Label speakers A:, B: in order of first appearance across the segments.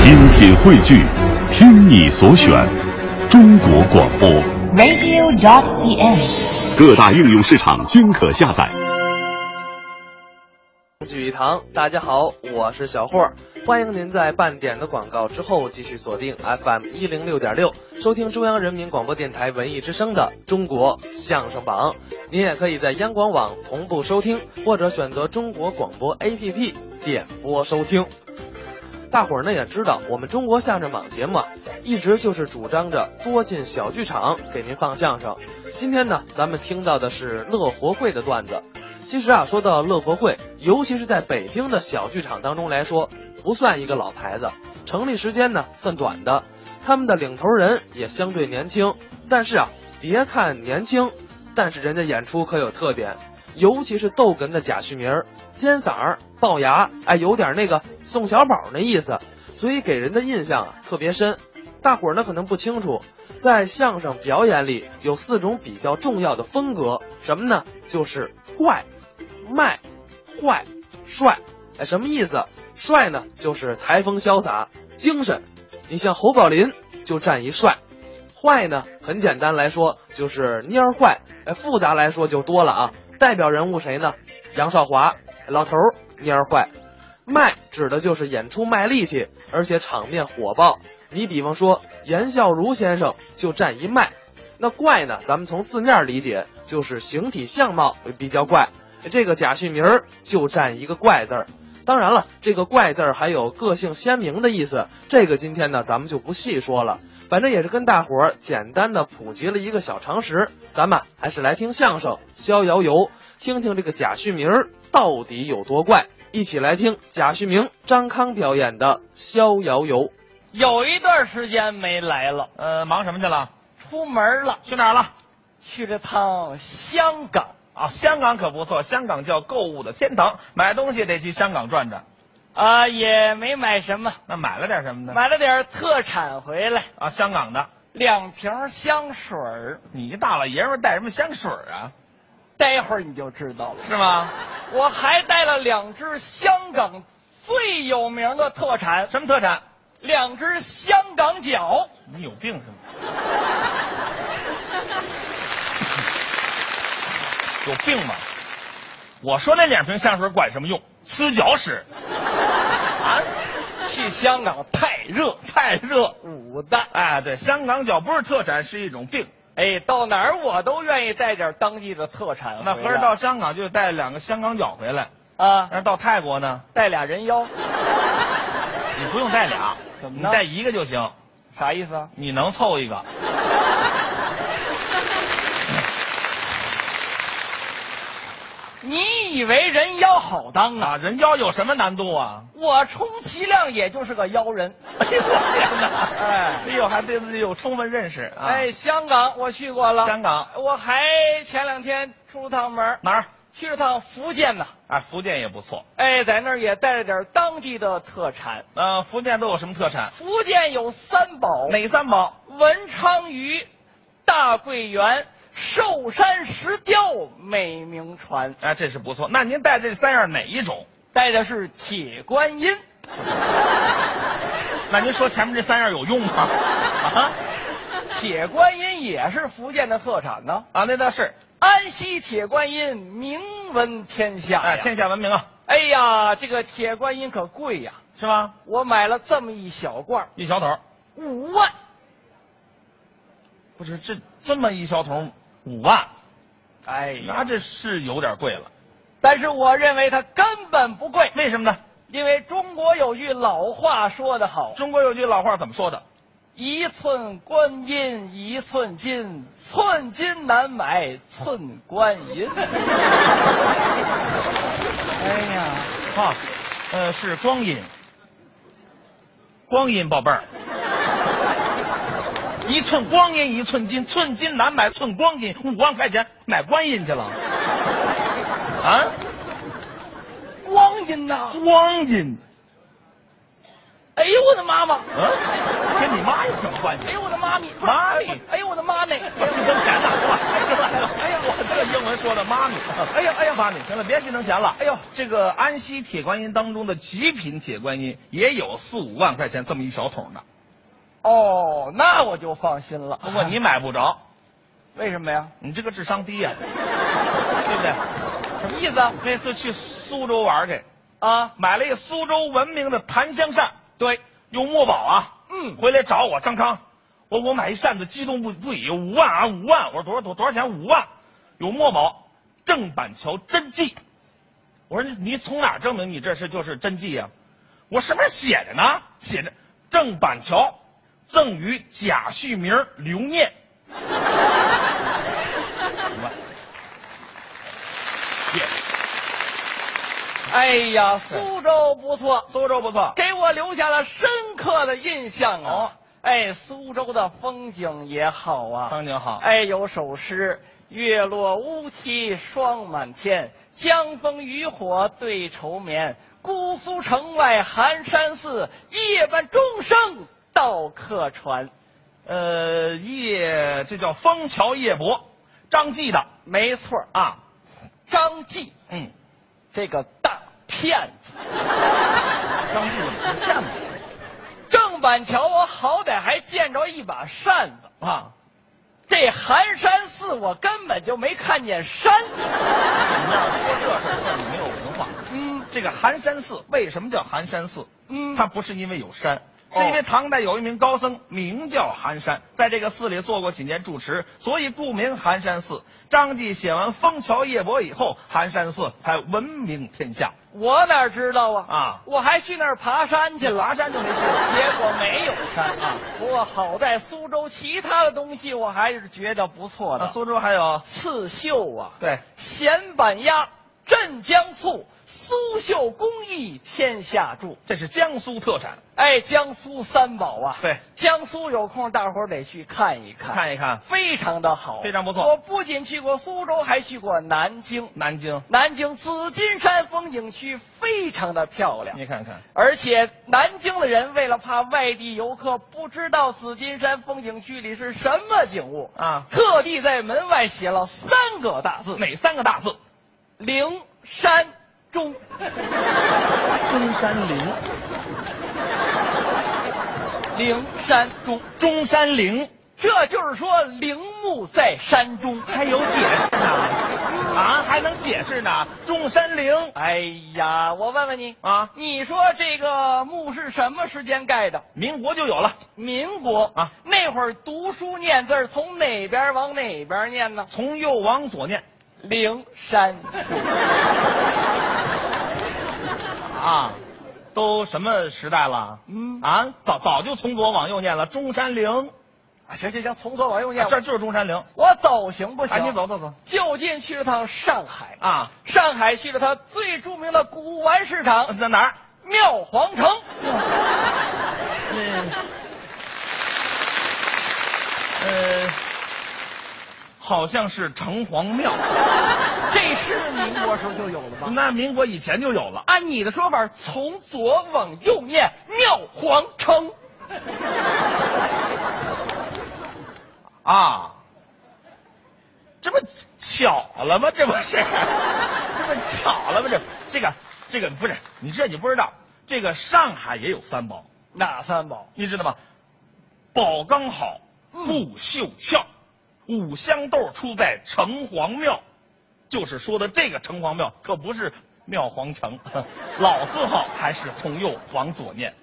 A: 精品汇聚，听你所选，中国广播。
B: radio.cn。
A: 各大应用市场均可下载。
C: 聚一堂，大家好，我是小霍儿，欢迎您在半点的广告之后继续锁定 FM 一零六点六，收听中央人民广播电台文艺之声的《中国相声榜》。您也可以在央广网同步收听，或者选择中国广播 APP 点播收听。大伙儿呢也知道，我们中国相声榜节目啊，一直就是主张着多进小剧场给您放相声。今天呢，咱们听到的是乐活会的段子。其实啊，说到乐活会，尤其是在北京的小剧场当中来说，不算一个老牌子，成立时间呢算短的，他们的领头人也相对年轻。但是啊，别看年轻，但是人家演出可有特点，尤其是逗哏的贾旭明儿，尖嗓儿、龅牙，哎，有点那个宋小宝那意思，所以给人的印象啊特别深。大伙儿呢可能不清楚，在相声表演里有四种比较重要的风格，什么呢？就是怪、卖、坏、帅。哎，什么意思？帅呢就是台风潇洒、精神，你像侯宝林就占一帅。坏呢，很简单来说就是蔫儿坏，哎，复杂来说就多了啊。代表人物谁呢？杨少华，老头儿蔫儿坏。卖指的就是演出卖力气，而且场面火爆。你比方说严孝如先生就占一卖。那怪呢，咱们从字面理解就是形体相貌比较怪。这个贾旭明儿就占一个怪字儿。当然了，这个怪字儿还有个性鲜明的意思，这个今天呢咱们就不细说了。反正也是跟大伙儿简单的普及了一个小常识，咱们还是来听相声《逍遥游》，听听这个贾旭明儿到底有多怪。一起来听贾旭明、张康表演的《逍遥游》。
D: 有一段时间没来了，
E: 呃，忙什么去了？
D: 出门了，
E: 去哪儿了？
D: 去了趟香港。
E: 啊，香港可不错，香港叫购物的天堂，买东西得去香港转转。
D: 啊，也没买什么，
E: 那买了点什么呢？
D: 买了点特产回来，
E: 啊，香港的。
D: 两瓶香水儿。
E: 你一大老爷们儿带什么香水儿啊？
D: 待会儿你就知道了。
E: 是吗？
D: 我还带了两只香港最有名的特产，
E: 什么特产？
D: 两只香港脚。
E: 你有病 是吗？有病吧？我说那两瓶香水管什么用？吃脚使啊！
D: 去香港太热，
E: 太热。
D: 捂的。
E: 哎，对，香港脚不是特产，是一种病。
D: 哎，到哪儿我都愿意带点当地的特产回
E: 那
D: 来。
E: 合着到香港就带两个香港脚回来，
D: 啊，
E: 那到泰国呢？
D: 带俩人妖，
E: 你不用带俩，
D: 怎么
E: 你
D: 呢
E: 带一个就行。
D: 啥意思啊？
E: 你能凑一个？
D: 你以为人妖好当啊？
E: 啊，人妖有什么难度啊？
D: 我充其量也就是个妖人。
E: 哎呦我天哪！
D: 哎
E: 哎，哎呦，还对自己有充分认识啊！
D: 哎，，香港我去过了，
E: 香港
D: 我还前两天出趟门，
E: 哪儿？
D: 去了趟福建呢。
E: 哎，福建也不错。
D: 哎，在那儿也带了点当地的特产。
E: 呃，福建都有什么特产？
D: 福建有三宝：
E: 哪三宝？
D: 文昌鱼、大桂圆、寿山石雕、美名传。
E: 哎，这是不错。那您带这三样哪一种？
D: 带的是铁观音。
E: 那您说前面这三样有用吗？ 啊
D: 铁观音也是福建的特产呢。
E: 啊，那倒是。
D: 安溪铁观音名闻天下
E: 哎，
D: 呀！
E: 天下闻名啊，
D: 哎呀，这个铁观音可贵呀！
E: 是吗？
D: 我买了这么一小罐儿，
E: 一小桶儿，
D: 五万。
E: 不是这这么一小桶儿五万，
D: 哎
E: 那
D: 呀，
E: 这是有点贵了。
D: 但是我认为它根本不贵，
E: 为什么呢？
D: 因为中国有句老话说得好
E: 中国有句老话怎么说的？：“
D: 一寸观音一寸金，寸金难买寸观 音。”哎呀。
E: 啊，呃，是光阴，光阴宝贝儿，一寸光阴一寸金，寸金难买寸光阴，五万块钱买观音去了，啊，
D: 光阴呐！
E: 光阴，
D: 哎呦我的妈妈！
E: 嗯、跟你妈有什么关系
D: 哎？呦我的妈咪！
E: 妈咪
D: 哎呦我的妈咪！
E: 我去跟钱哪去了？哎呀，我这个英文说的妈咪，哎呀哎呀妈咪，行了，别心疼钱了。哎呦，这个安溪铁观音当中的极品铁观音也有四五万块钱这么一小桶的，
D: 哦，那我就放心了。
E: 不过你买不着，
D: 为什么呀？
E: 你这个智商低呀、对不对？
D: 什么意思啊？
E: 那次去苏州玩去，
D: 啊，
E: 买了一苏州闻名的檀香扇，对，用墨宝啊，
D: 嗯
E: 回来找我张康，我我买一扇子，激动不不已，五万啊，五万，我说多少多多少钱？五万，有墨宝，郑板桥真迹，我说你你从哪儿证明你这是就是真迹呀、我上面写着呢，写着郑板桥赠与贾旭明留 念。我
D: 哎呀，苏州不错，
E: 苏州不错，
D: 给我留下了深刻的印象啊。
E: 哦
D: 哎，苏州的风景也好啊。
E: 风景好
D: 哎，有首诗：月落乌啼霜满天，江枫渔火对愁眠。姑苏城外寒山寺，夜半钟声到客船。
E: 呃，夜这叫枫桥夜泊，张继的
D: 没错儿，
E: 啊，
D: 张继
E: 嗯，
D: 这个大骗子。
E: 张继怎么骗子
D: 郑板桥，我好歹还见着一把扇子，
E: 啊？
D: 这寒山寺我根本就没看见山。
E: 你要是说这事儿算你没有文化。
D: 嗯
E: 这个寒山寺为什么叫寒山寺？
D: 嗯，
E: 它不是因为有山，
D: 哦
E: 是因为唐代有一名高僧名叫寒山，在这个寺里做过几年住持，所以故名寒山寺。张继写完《枫桥夜泊》以后，寒山寺才闻名天下。
D: 我哪知道啊？
E: 啊
D: 我还去那儿爬山去
E: 这
D: 了，
E: 剌山就没戏了。
D: 结果没有山啊。不过好在苏州其他的东西我还是觉得不错
E: 那
D: 的，
E: 苏州还有
D: 刺绣啊，
E: 对
D: 咸板鸭、镇江醋、苏绣工艺天下著。
E: 这是江苏特产，
D: 哎，江苏三宝啊，
E: 对
D: 江苏有空大伙儿得去看一看，
E: 看一看
D: 非常的好，
E: 非常不错
D: 我不仅去过苏州，还去过南京。
E: 南京，
D: 南京紫金山风景区非常的漂亮，
E: 你看看，
D: 而且南京的人为了怕外地游客不知道紫金山风景区里是什么景物
E: 啊
D: 特地在门外写了三个大字：
E: 哪三个大字？
D: 灵山中。
E: 中山陵，
D: 灵山中，
E: 中山陵
D: 这就是说陵墓在山中。
E: 还有解释呢，啊，还能解释呢？中山陵
D: 哎呀，我问问你，
E: 啊，
D: 你说这个墓是什么时间盖的？
E: 民国就有了，
D: 民国
E: 啊，
D: 那会儿读书念字儿从哪边往哪边念呢？
E: 从右往左念
D: 灵 山
E: 啊，都什么时代了？
D: 嗯
E: 啊，早早就从左往右念了，中山陵，
D: 啊，行行行，从左往右念。
E: 啊这就是中山陵。
D: 我走行不行？
E: 啊，你走。走走
D: 就近去了趟上海，
E: 啊，
D: 上海去了它最著名的古玩市场
E: 在哪儿？
D: 庙皇 城。
E: 嗯，呃，好像是城隍庙，
D: 这是民国时候就有了吧？
E: 那民国以前就有了。
D: 按你的说法，从左往右念庙皇城。
E: 啊，这不巧了吗？这不是，这不巧了吗？这这个这个不是，你这你不知道，这个上海也有三宝，
D: 哪三宝？
E: 你知道吗？宝刚好，
D: 嗯
E: 不秀俏，五香豆出在城隍庙，就是说的这个城隍庙，可不是庙皇城。老字号还是从右往左念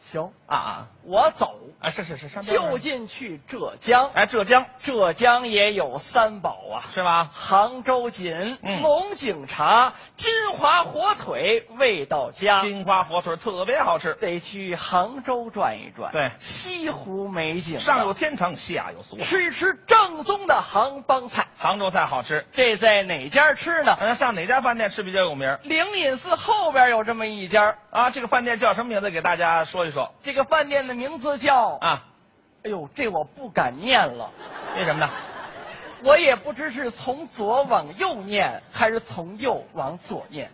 D: 行，
E: 啊啊
D: 我走，
E: 啊！是是是，上边
D: 就近去浙江。
E: 哎，浙江
D: 浙江也有三宝啊，
E: 是吧？
D: 杭州锦、
E: 嗯
D: 龙井茶、金华火腿味道佳，
E: 金华火腿特别好吃，
D: 得去杭州转一转。
E: 对
D: 西湖美景啊，
E: 上有天堂，下有俗。
D: 吃吃正宗的杭帮菜，
E: 杭州菜好吃，
D: 这在哪家吃呢？
E: 嗯，上哪家饭店吃比较有名儿
D: 灵隐寺后边有这么一家，
E: 啊？这个饭店叫什么名字？给大家说一说
D: 这个饭店的名字叫……
E: 啊？
D: 哎呦，这我不敢念了，
E: 为什么呢？
D: 我也不知是从左往右念还是从右往左念。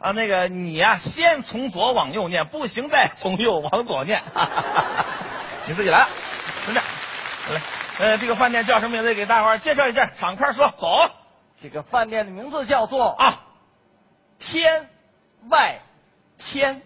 E: 啊，那个你呀、先从左往右念，不 行再从右往左念。你自己来，就这样，来，呃，这个饭店叫什么名字？给大伙儿介绍一下，敞开说，走
D: 这个饭啊店的名字叫做
E: 啊！
D: 天外天。